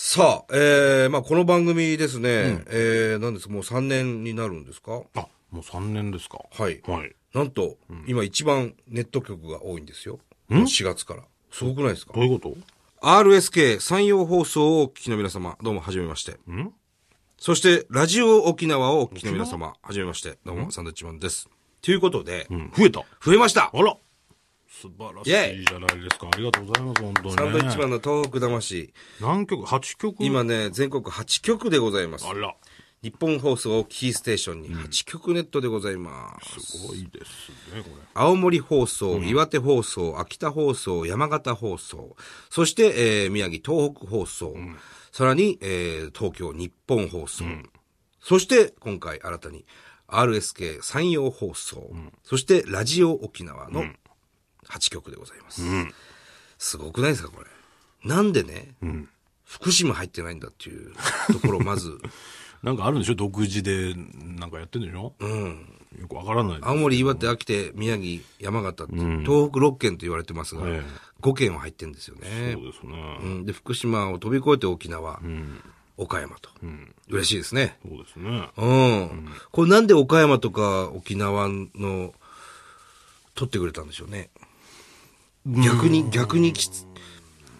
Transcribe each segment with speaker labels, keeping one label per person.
Speaker 1: さあ、えー、まあこの番組ですね、えー、なんですもう3年になるんですか
Speaker 2: あ、もう3年ですか。
Speaker 1: はい。
Speaker 2: はい。
Speaker 1: なんと、今一番ネット局が多いんですよ。4月から。すごくないですか
Speaker 2: どういうこと
Speaker 1: ?RSK 山陽放送をお聞きの皆様、どうもはじめまして。そして、ラジオ沖縄をお聞きの皆様、はじめまして。どうも、サンドウィッチマンです。ということで、
Speaker 2: うん、増えた。
Speaker 1: 増えました
Speaker 2: あら素晴ら
Speaker 1: イェ
Speaker 2: しいじゃないですか。ありがとうございます、本当に、ね。
Speaker 1: サンドウィッチマンの東北魂。
Speaker 2: 何曲 ?8 曲
Speaker 1: 今ね、全国8局でございます
Speaker 2: あ。ら、
Speaker 1: 日本放送をキーステーションに8局ネットでございます。
Speaker 2: すごいですね、これ。
Speaker 1: 青森放送、岩手放送、秋田放送、山形放送、そして、えー宮城東北放送、さらに、えー東京日本放送、そして今回新たに RSK 山陽放送、そしてラジオ沖縄の8局でございます。すごくないですか、これ。なんでね、福島入ってないんだっていうと ころをまず、
Speaker 2: なんかあるんでしょ独自で、なんかやってんでしょ
Speaker 1: うん、
Speaker 2: よくわからない。
Speaker 1: 青森、岩手、秋田、宮城、山形って、東北6県と言われてますが、
Speaker 2: ええ
Speaker 1: 5県は入ってるんですよね
Speaker 2: そう。ですね。
Speaker 1: うん、で、福島を飛び越えて沖縄、岡山と、嬉しいですね。
Speaker 2: そうですね。
Speaker 1: うん。これなんで岡山とか沖縄の、取ってくれたんでしょうね。逆に、逆にきつ、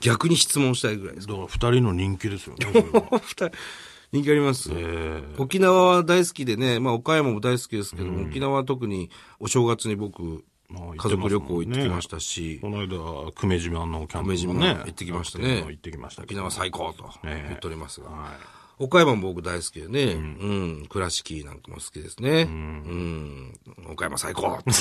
Speaker 1: 逆に質問したいぐらいです。
Speaker 2: だから2人の人気ですよね。それは
Speaker 1: お二人、人気あります、
Speaker 2: えー
Speaker 1: 沖縄は大好きでね、まあ岡山も大好きですけども、沖縄は特にお正月に僕、
Speaker 2: まあ行ってますもんね
Speaker 1: 家族旅行行ってきましたし、
Speaker 2: この間、久米島のキャンプ
Speaker 1: 久
Speaker 2: も
Speaker 1: 米
Speaker 2: ね
Speaker 1: 島。行ってきましたね
Speaker 2: 行ってきましたけ
Speaker 1: 沖
Speaker 2: ど。
Speaker 1: 縄最高と
Speaker 2: ね
Speaker 1: 言っておりますが、
Speaker 2: は
Speaker 1: 岡山も僕大好きでね、うん、倉敷なんかも好きですね。うん、岡山最高って ね、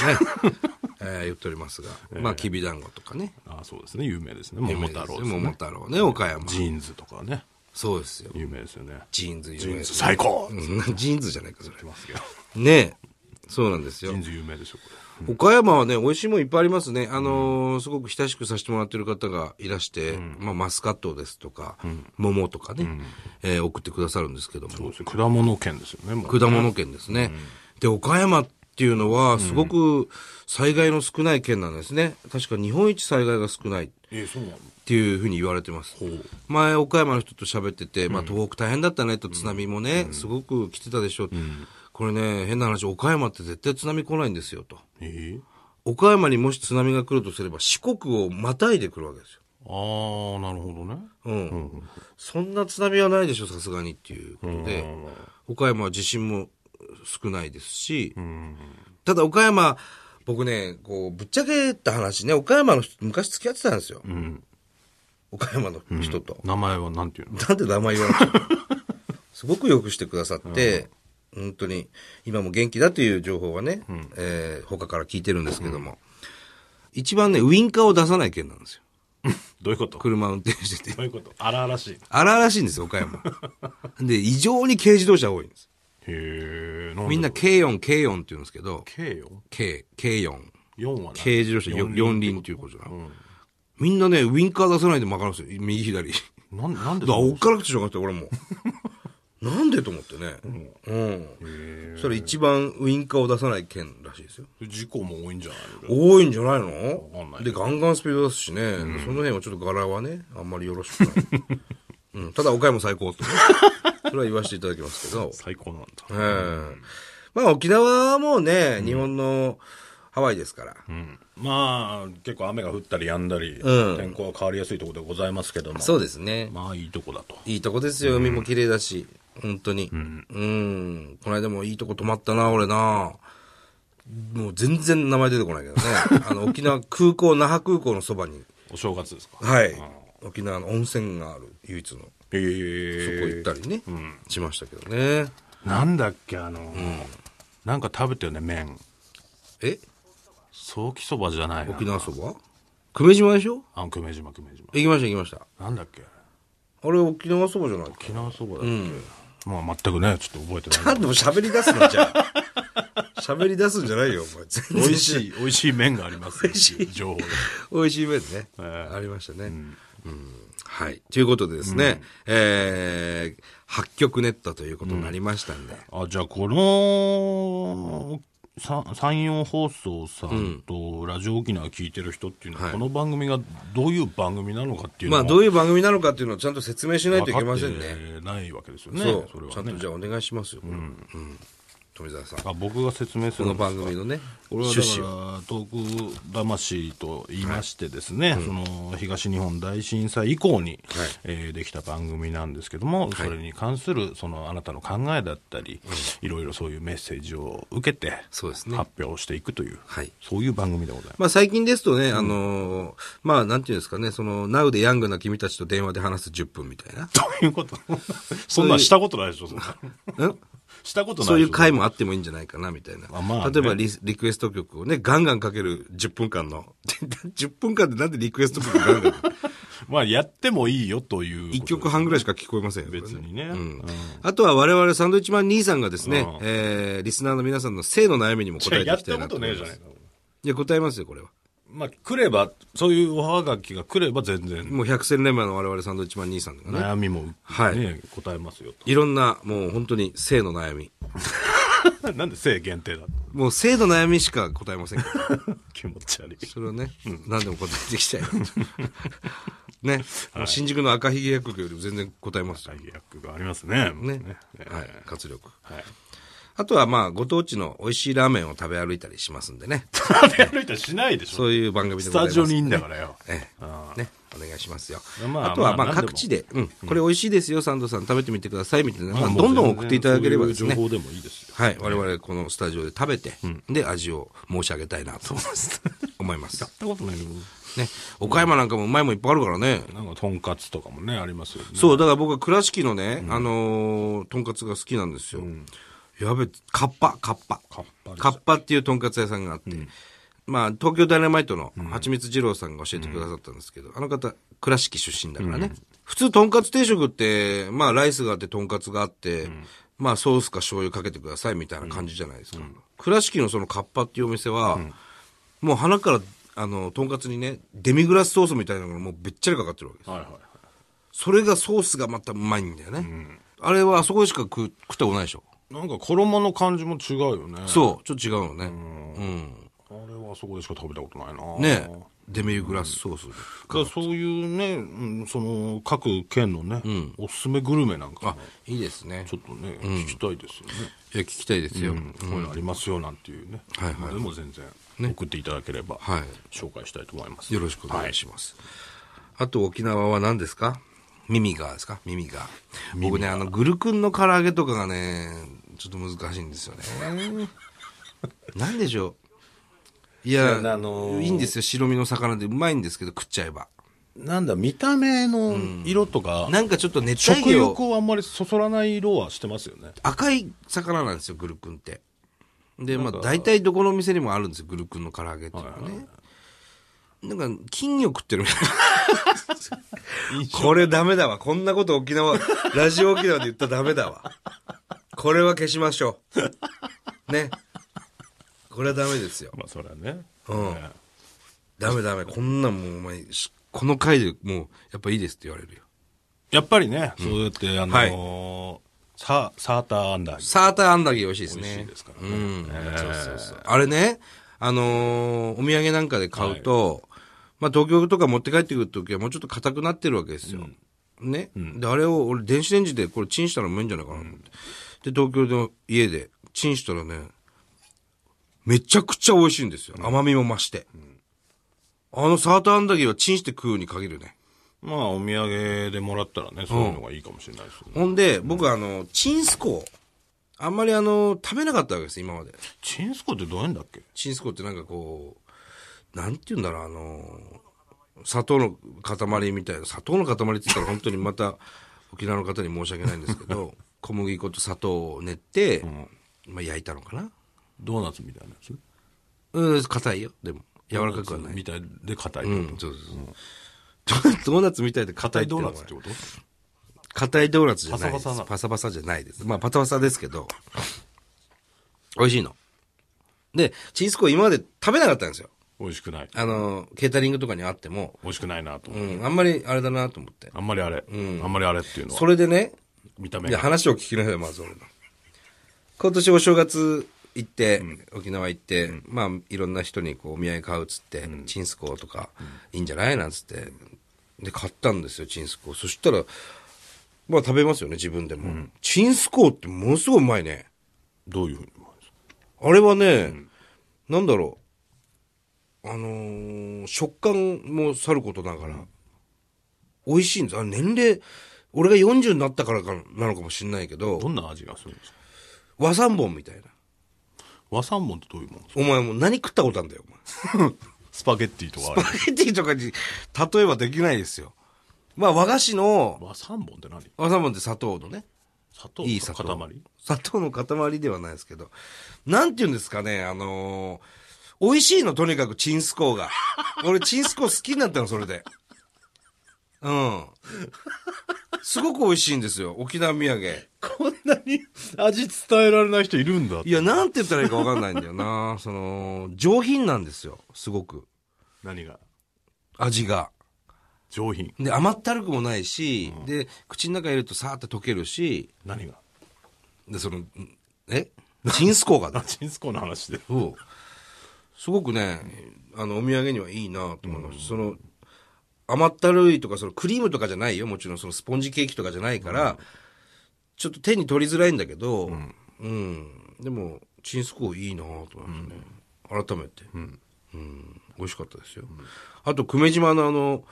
Speaker 1: えー言っておりますが、まあ、きびだんごとかね。
Speaker 2: あーそうですね。有名ですね。桃太郎ですね。
Speaker 1: 桃太郎ね、岡山。
Speaker 2: ジーンズとかね。
Speaker 1: そうですよ。
Speaker 2: 有名ですよね。
Speaker 1: ジーンズ有名ですね
Speaker 2: 最高って
Speaker 1: うん ジーンズじゃないか、それ。
Speaker 2: ますけど。
Speaker 1: ねえ。そうなんですよ
Speaker 2: ジー。ンズ有名でしょ、こ
Speaker 1: 岡山はね、美味しいもんいっぱいありますね。あのーすごく親しくさせてもらってる方がいらして、まあ、マスカットですとか、桃とかね、えー送ってくださるんですけども
Speaker 2: れ。。そうですね。果物県ですよね、もう。
Speaker 1: 果物県ですね。で、岡山っていうのは、すごく災害の少ない県なんですね。確か日本一災害が少ないっ
Speaker 2: えそうなの
Speaker 1: ていうふうに言われてます。前、岡山の人と喋ってて、まあ、東北大変だったねと津波もね、すごく来てたでしょう。これね、変な話、岡山って絶対津波来ないんですよと。
Speaker 2: えー
Speaker 1: 岡山にもし津波が来るとすれば、四国をまたいでくるわけですよ。
Speaker 2: あー、なるほどね。
Speaker 1: うん。そんな津波はないでしょ、さすがにっていうことで、岡山は地震も少ないですし、
Speaker 2: うん。
Speaker 1: ただ岡山、僕ね、こう、ぶっちゃけた話ね、岡山の人、昔付き合ってたんですよ。
Speaker 2: うん。
Speaker 1: 岡山の人と。
Speaker 2: 名前はなんていうの
Speaker 1: なんで名前言わな かったのすごくよくしてくださって、本当に、今も元気だという情報はね、えー他から聞いてるんですけども、一番ね、ウインカーを出さない県なんですよ。
Speaker 2: どういうことど
Speaker 1: 車運転してて。
Speaker 2: ういうこと荒々しい。へ
Speaker 1: 荒々しいんですよ、岡 山。で、異常に軽自動車多いんです。
Speaker 2: え。
Speaker 1: みんな
Speaker 2: で、
Speaker 1: 軽4、軽4って言うんですけど、
Speaker 2: K よ。
Speaker 1: 軽、軽4。
Speaker 2: 4はね。
Speaker 1: 軽自動車よ四輪っていうことじゃん
Speaker 2: ん。
Speaker 1: みんなね、ウィンカー出さないで曲がるんですよ。右 左。だか
Speaker 2: なん、なんで
Speaker 1: ら
Speaker 2: そん
Speaker 1: お
Speaker 2: な
Speaker 1: っからくてしょうがなくて、俺も。 なんでと思ってね。うん。それ一番ウィンカーを出さない県らしいですよ。
Speaker 2: 事故も多いんじゃないの
Speaker 1: 多いんじゃない
Speaker 2: わかん
Speaker 1: の
Speaker 2: ない
Speaker 1: で、ガンガンスピード出すしね。その辺はちょっと柄はね、あんまりよろしくない。 うん。ただ、岡山最高 とね。それは言わせていただきますけど。
Speaker 2: 最高なんだ。
Speaker 1: ええまあ沖縄はもうね、日本のハワイですから。
Speaker 2: うん。まあ、結構雨が降ったり止んだり、
Speaker 1: うん
Speaker 2: 天候は変わりやすいところでございますけども。
Speaker 1: そうですね。
Speaker 2: まあ、いいとこだと。
Speaker 1: いいとこですよ、海も綺麗だし、本当に。うん。この間もいいとこ泊まったな、俺な。もう全然名前出てこないけ どね。あの、沖縄空港、那覇空港のそばに、
Speaker 2: お正月ですか
Speaker 1: はい
Speaker 2: あ。
Speaker 1: 沖縄の温泉がある、唯一の。
Speaker 2: え
Speaker 1: そこ行
Speaker 2: え
Speaker 1: ったりね、しましたけどね。
Speaker 2: なんだっけあの、なんか食べたよね麺
Speaker 1: え
Speaker 2: ソーキそばじゃないな
Speaker 1: 沖縄そば久米島でしょ
Speaker 2: あ久米島久米島
Speaker 1: 行きました、行きました。
Speaker 2: なんだっけ
Speaker 1: あれ沖縄そばじゃないか
Speaker 2: 沖縄そばだっけ、まあ全くねちょっと覚えて ない
Speaker 1: なんでも喋り出すのじ ゃあ。喋り出すんじゃないよ、お前。全
Speaker 2: 美
Speaker 1: 然
Speaker 2: 味しい美味しい麺があります美味しい情報が
Speaker 1: 美味しい面ね。ありましたね。うんはい。ということでですね、えー、8曲ネットということになりましたんで。
Speaker 2: あじゃあこのさ山陽放送さんとラジオ沖縄聞いてる人っていうのは、
Speaker 1: はい
Speaker 2: この番組がどういう番組なのかっていうの
Speaker 1: ま
Speaker 2: は
Speaker 1: あ、どういう番組なのかっていうのをちゃんと説明しないといけ
Speaker 2: 分か
Speaker 1: ま
Speaker 2: っ
Speaker 1: せんね。
Speaker 2: てないわけですよね。
Speaker 1: そう
Speaker 2: それ
Speaker 1: ちゃ
Speaker 2: は
Speaker 1: んと
Speaker 2: ね。
Speaker 1: じゃあお願いしますよ。うん。富澤さん。こ
Speaker 2: あ僕が説明する
Speaker 1: の
Speaker 2: んです
Speaker 1: 番組のね、
Speaker 2: これはだ
Speaker 1: 趣旨を。
Speaker 2: から、東北魂と言いましてですね、その東日本大震災以降に、えーできた番組なんですけども、それに関するそのあなたの考えだったり、いろいろそういうメッセージを受けて、
Speaker 1: そうですね
Speaker 2: 発表していくという、
Speaker 1: はい
Speaker 2: そういう番組でございます。
Speaker 1: まあ最近ですとね、あのーまあなんていうんですかね、その、ナウでヤングな君たちと電話で話す10分みたいな。
Speaker 2: どういうことそんなんしたことないでしょ、そんなん
Speaker 1: うん
Speaker 2: したことないでしょ。
Speaker 1: そういう回もあってもいいんじゃないかな、みたいな。
Speaker 2: あまあね
Speaker 1: 例えばリスリクエスト曲をね、ガンガンかける10分間の。10分間でなんでリクエスト曲ガンガン
Speaker 2: まあ、やってもいいよということで。
Speaker 1: 一曲半ぐらいしか聞こえませんよ、
Speaker 2: 別にね。うん
Speaker 1: あとは我々サンドイッチマン兄さんがですね、
Speaker 2: うん
Speaker 1: えー、リスナーの皆さんの性の悩みにも答えて
Speaker 2: や
Speaker 1: い
Speaker 2: っ
Speaker 1: きた
Speaker 2: た
Speaker 1: いな
Speaker 2: こと
Speaker 1: と思
Speaker 2: ねえ
Speaker 1: い
Speaker 2: じゃ
Speaker 1: ま
Speaker 2: ない
Speaker 1: す。
Speaker 2: か。
Speaker 1: いや、答えますよ、これは。
Speaker 2: まあ、来れば、そういうおはがきが来れば全然、
Speaker 1: もう百戦錬磨の我々サンドイッチマン兄さんがね、
Speaker 2: 悩みも、ね
Speaker 1: はい
Speaker 2: 答えますよ
Speaker 1: いろんな、もう本当に性の悩み。
Speaker 2: と。なんで性限定だと
Speaker 1: もう性の悩みしか答えませんから。
Speaker 2: 気持ち悪い。
Speaker 1: それをね、何でも答えてきちゃいます ね、もう新宿の赤ひげ薬局よりも全然答えますよ。
Speaker 2: 最悪がありますね。もう
Speaker 1: ね。
Speaker 2: ね
Speaker 1: はい、活力。
Speaker 2: はい。
Speaker 1: あとはまあ、ご当地の美味しいラーメンを食べ歩いたりしますんでね。
Speaker 2: 食べ歩いたりしないでしょ。
Speaker 1: そういう番組で
Speaker 2: ス
Speaker 1: ござい
Speaker 2: タ
Speaker 1: ます。
Speaker 2: ジオにいんだからよ。
Speaker 1: え
Speaker 2: あ
Speaker 1: え、ね、お願いしますよ。
Speaker 2: まあ
Speaker 1: あとは、
Speaker 2: ま
Speaker 1: ま
Speaker 2: あ
Speaker 1: あ、
Speaker 2: 何でも
Speaker 1: 各地で、うん、これ美味しいですよ、サンドさん、食べてみてください、みたいな、まあ
Speaker 2: もう
Speaker 1: どんどん送っていただければです
Speaker 2: 全
Speaker 1: ね
Speaker 2: 然そうい。う情報でもいいですよ。
Speaker 1: はい、我々このスタジオで食べて、で、味を申し上げたいなと思います。
Speaker 2: やったことないけど、
Speaker 1: ね、岡山なんかもうまいもんいっぱいあるからね。
Speaker 2: なんか、とんかつとかもね、ありますよね。
Speaker 1: そう、だから僕は倉敷のね、あのー、とんかつが好きなんですよ。やべ、カッパ、カッパ。
Speaker 2: カッパです
Speaker 1: カッパっていうとんかつ屋さんがあって、まあ、東京ダイナマイトの蜂蜜二郎さんが教えてくださったんですけど、あの方、倉敷出身だからね。普通、とんかつ定食って、まあ、ライスがあって、とんかつがあって、まあ、ソースか醤油かけてくださいみたいな感じじゃないですか。倉敷のそのカッパっていうお店は、もう鼻から、あの、とんかつにね、デミグラスソースみたいなのがもうべっちゃりかかってるわけです。
Speaker 2: はいはいはい。
Speaker 1: それがソースがまたうまいんだよね。あれはあそこでしか食う食ったことないでしょ。
Speaker 2: なんか、衣の感じも違うよね。
Speaker 1: そう、ちょっと違うのね。
Speaker 2: あれはそこでしか食べたことないな。
Speaker 1: ねえデミグラスソース。
Speaker 2: だからそういうね、うんその各県のね、おすすめグルメなんかも
Speaker 1: いいですね
Speaker 2: ち。ょっとね、聞きたいですよね。
Speaker 1: いや、聞きたいですよ。
Speaker 2: こういうのありますよなんていうね、
Speaker 1: はいはい
Speaker 2: のでも全然送っていただければ、
Speaker 1: はい
Speaker 2: 紹介したいと思います。
Speaker 1: よろしくお願いします。あと沖縄は何ですか耳がですか耳が。僕ね、あの、グルクンの唐揚げとかがね、ちょっと難しいんですよね。なんでしょういや、
Speaker 2: いやあのー
Speaker 1: いいんですよ。白身の魚でうまいんですけど、食っちゃえば。
Speaker 2: なんだ、見た目の色とか、
Speaker 1: なんかちょっと熱帯
Speaker 2: 食
Speaker 1: 魚を
Speaker 2: 欲をあんまりそそらない色はしてますよね。
Speaker 1: 赤い魚なんですよ、グルクンって。で、まあ、大体どこのお店にもあるんですよ、グルクンの唐揚げっていうのはね。なんか、金魚食ってるみたいな。これダメだわ。こんなこと沖縄、ラジオ沖縄で言ったらダメだわ。これは消しましょう。ね。これはダメですよ。
Speaker 2: まあ、それはね。
Speaker 1: うん
Speaker 2: ね
Speaker 1: ダメダメ。こんなんもうお前、しこの回でもう、やっぱいいですって言われるよ。
Speaker 2: やっぱりね、そうやって、あのーササーターアンダー
Speaker 1: サーターアンダギー美味しいですね。
Speaker 2: 美味しいですからね
Speaker 1: うん。そうそうそう。あれね、あのーお土産なんかで買うと、まあ東京とか持って帰ってくるときはもうちょっと硬くなってるわけですよ。ね、で、あれを俺電子レンジでこれチンしたらもういいんじゃないかなと思って。で、東京の家でチンしたらね、めちゃくちゃ美味しいんですよ。甘みも増して。あのサーターアンダギーはチンして食うに限るね。
Speaker 2: まあ、お土産でもらったらね、そういうのがいいかもしれないですよね。
Speaker 1: ほんで、僕あの、チンスコをあんまりあの、食べなかったわけです、今まで。
Speaker 2: チンスコってどうやんだっけ
Speaker 1: チンスコってなんかこう、なんて言うんだろう、あの、砂糖の塊みたいな、砂糖の塊って言ったら本当にまた沖縄の方に申し訳ないんですけ ど、小麦粉と砂糖を練って、まあ焼いたのかな。
Speaker 2: ドーナツみたいなやつ
Speaker 1: うん、硬いよ、でも。柔らかくはない。
Speaker 2: みたいで硬い。
Speaker 1: うん、そうそうそう。ドーナツみたいで硬
Speaker 2: 硬
Speaker 1: い
Speaker 2: いドーナ
Speaker 1: って
Speaker 2: ツ
Speaker 1: の
Speaker 2: っ
Speaker 1: は
Speaker 2: てこと
Speaker 1: 硬いドーナツじゃないです。
Speaker 2: パサパサな
Speaker 1: パサパサじゃないです。まあ、パサパサですけど、美味しいの。で、チンスコ今まで食べなかったんですよ。
Speaker 2: 美味しくない。
Speaker 1: あの、ケータリングとかにあっても、
Speaker 2: 美味しくないなと思
Speaker 1: う
Speaker 2: って。
Speaker 1: ん、あんまりあれだなと思って。
Speaker 2: あんまりあれ。あんまりあれっていうのは。
Speaker 1: それでね、
Speaker 2: 見た目
Speaker 1: いや、
Speaker 2: が。
Speaker 1: 話を聞きなさい、まず俺の。今年お正月、行って、沖縄行って、まあ、いろんな人にこう、お土産買うっつって、チンスコーとか、いいんじゃないなんつって。で、買ったんですよ、チンスコー。そしたら、まあ食べますよね、自分でも。チンスコーってものすごいうまいね。
Speaker 2: どういうふうに思います
Speaker 1: あれはね、なんだろう。あのー食感もさることながら、美味しいんです。あ年齢、俺が40になったからかなのかもしれないけど
Speaker 2: ど、んな味がするんですか
Speaker 1: 和三盆みたいな。
Speaker 2: 和三盆ってどういうもんですか
Speaker 1: お前もう何食ったことあるんだよ、お前。
Speaker 2: スパゲッティとかある
Speaker 1: スパゲティとかに、例えばできないですよ。まあ和菓子の、
Speaker 2: 和三盆って何
Speaker 1: 和三盆って砂糖のね、
Speaker 2: 砂糖
Speaker 1: いい砂糖。
Speaker 2: 塊
Speaker 1: 砂糖の塊ではないですけど、なんて言うんですかね、あのー美味しいの、とにかくチンスコーが。俺、チンスコー好きになったの、それで。うん。すごく美味しいんですよ、沖縄土産。
Speaker 2: こんなに味伝えられない人いるんだ
Speaker 1: いや、なんて言ったらいいかわかんないんだよな。その、上品なんですよ、すごく。
Speaker 2: 何が
Speaker 1: 味が。
Speaker 2: 上品
Speaker 1: で、甘ったるくもないし、で、口の中に入れるとさーって溶けるし、
Speaker 2: 何が
Speaker 1: で、その、んえチンスコーがね
Speaker 2: あチンスコーの話で
Speaker 1: そう。すごくね、あの、お土産にはいいなと思います。その、甘ったるいとか、そのクリームとかじゃないよ。もちろん、そのスポンジケーキとかじゃないから、ちょっと手に取りづらいんだけど、うん。でも、チンスコーいいなと思いますね。改めて。うん。美味しかったですよ。あと、久米島のあの、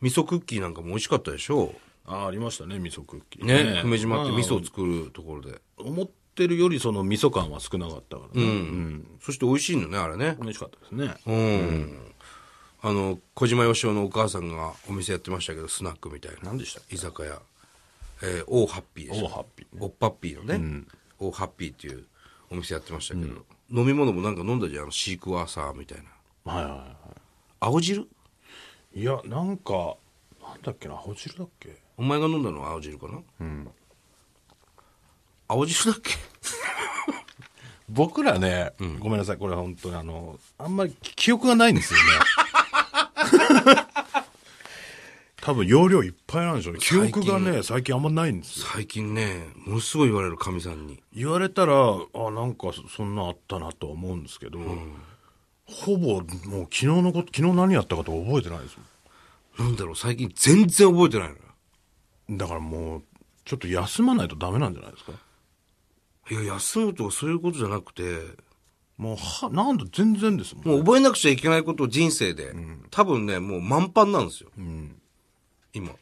Speaker 1: 味噌クッキーなんかも美味しかったでしょ
Speaker 2: あありましたね味噌クッキー
Speaker 1: ね。久米島って味噌を作るところで。
Speaker 2: 思ってるよりその味噌感は少なかったからね、うん
Speaker 1: そして美味しいのね、あれね。
Speaker 2: 美味しかったですね
Speaker 1: うんあの小島よしおのお母さんがお店やってましたけどスナックみたいな
Speaker 2: 何でしたっ
Speaker 1: 居酒屋えー、オーハッピーでし
Speaker 2: オ
Speaker 1: た
Speaker 2: ーハッピー
Speaker 1: オッパッピーのね、オーハッピーっていうお店やってましたけど、飲み物もなんか飲んだじゃんあのシークワーサーみたいな
Speaker 2: はいはいは
Speaker 1: 青汁
Speaker 2: いいやなんかなんだっけな青汁だっけ
Speaker 1: お前が飲んだのは青汁かな青汁だっけ
Speaker 2: 僕らね、ごめんなさいこれ本当にあのあんまり記憶がないんですよね 多分容量いっぱいなんでしょうね記憶がね最近あんまないんですよ
Speaker 1: 最近ねものすごい言われるかみさんに
Speaker 2: 言われたらあなんかそそんなあったなとは思うんですけど、ほぼもう昨日のこと昨日何やったかとか覚えてないです
Speaker 1: なんだろう最近全然覚えてないのよ
Speaker 2: もんだからもうちょっと休まないとダメなんじゃないですか
Speaker 1: いや休むとかそういうことじゃなくて
Speaker 2: もうはなんだ全然ですもん
Speaker 1: もう覚えなくちゃいけないことを人生で、多分ね、もう満帆なんですよ。今。だか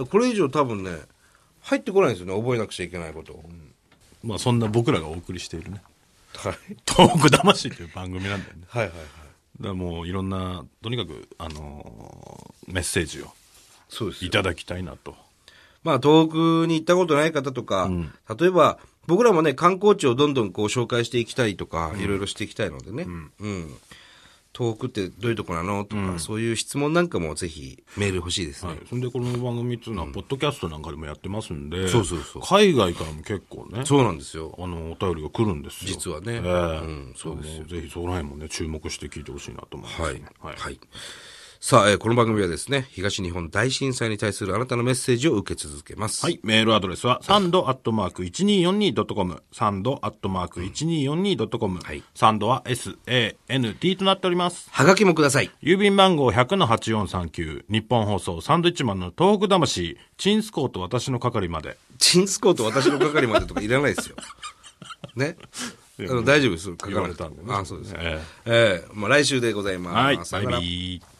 Speaker 1: らこれ以上多分ね、入ってこないんですよね、覚えなくちゃいけないことを。
Speaker 2: まあそんな僕らがお送りしているね
Speaker 1: はい。
Speaker 2: 東北魂という番組なんだよね
Speaker 1: はいはいはい。
Speaker 2: だからもういろんなとにかく、あのーメッセージを
Speaker 1: そうです
Speaker 2: い
Speaker 1: よ。
Speaker 2: ただきたいなと
Speaker 1: まあ、東北に行ったことない方とか、例えば、僕らもね、観光地をどんどんこう紹介していきたいとか、いろいろしていきたいのでね。うん。東北ってどういうとこなのとか、そういう質問なんかもぜひメール欲しいですね。
Speaker 2: はい、そんでこの番組っていうのはポッドキャストなんかでもやってますんで、
Speaker 1: そうそうそう
Speaker 2: 海外からも結構ね
Speaker 1: そうなんですよ。
Speaker 2: あのお便りが来るんですよ
Speaker 1: 実はね
Speaker 2: ええ
Speaker 1: うん
Speaker 2: そうですぜひそこら辺もね注目して聞いてほしいなと思います、
Speaker 1: はい。はい。さあ、えーこの番組はですね、東日本大震災に対するあなたのメッセージを受け続けます。
Speaker 2: はい。メールアドレスは、サンドアットマーク 1242.com。サンドアットマーク 1242.com。
Speaker 1: はい
Speaker 2: サンドは SAND となっております。
Speaker 1: はがきもください。
Speaker 2: 郵便番号100-8439。日本放送サンドイッチマンの東北魂。チンスコーと私の係まで。
Speaker 1: チンスコート私の係までとかいらない ですよ。ね。あの大丈夫です。書かなくても
Speaker 2: 言われたんでね
Speaker 1: あ、そうです。え
Speaker 2: え
Speaker 1: えまあ来週でございます。
Speaker 2: はい。
Speaker 1: さ
Speaker 2: バイ
Speaker 1: よなら
Speaker 2: ビー。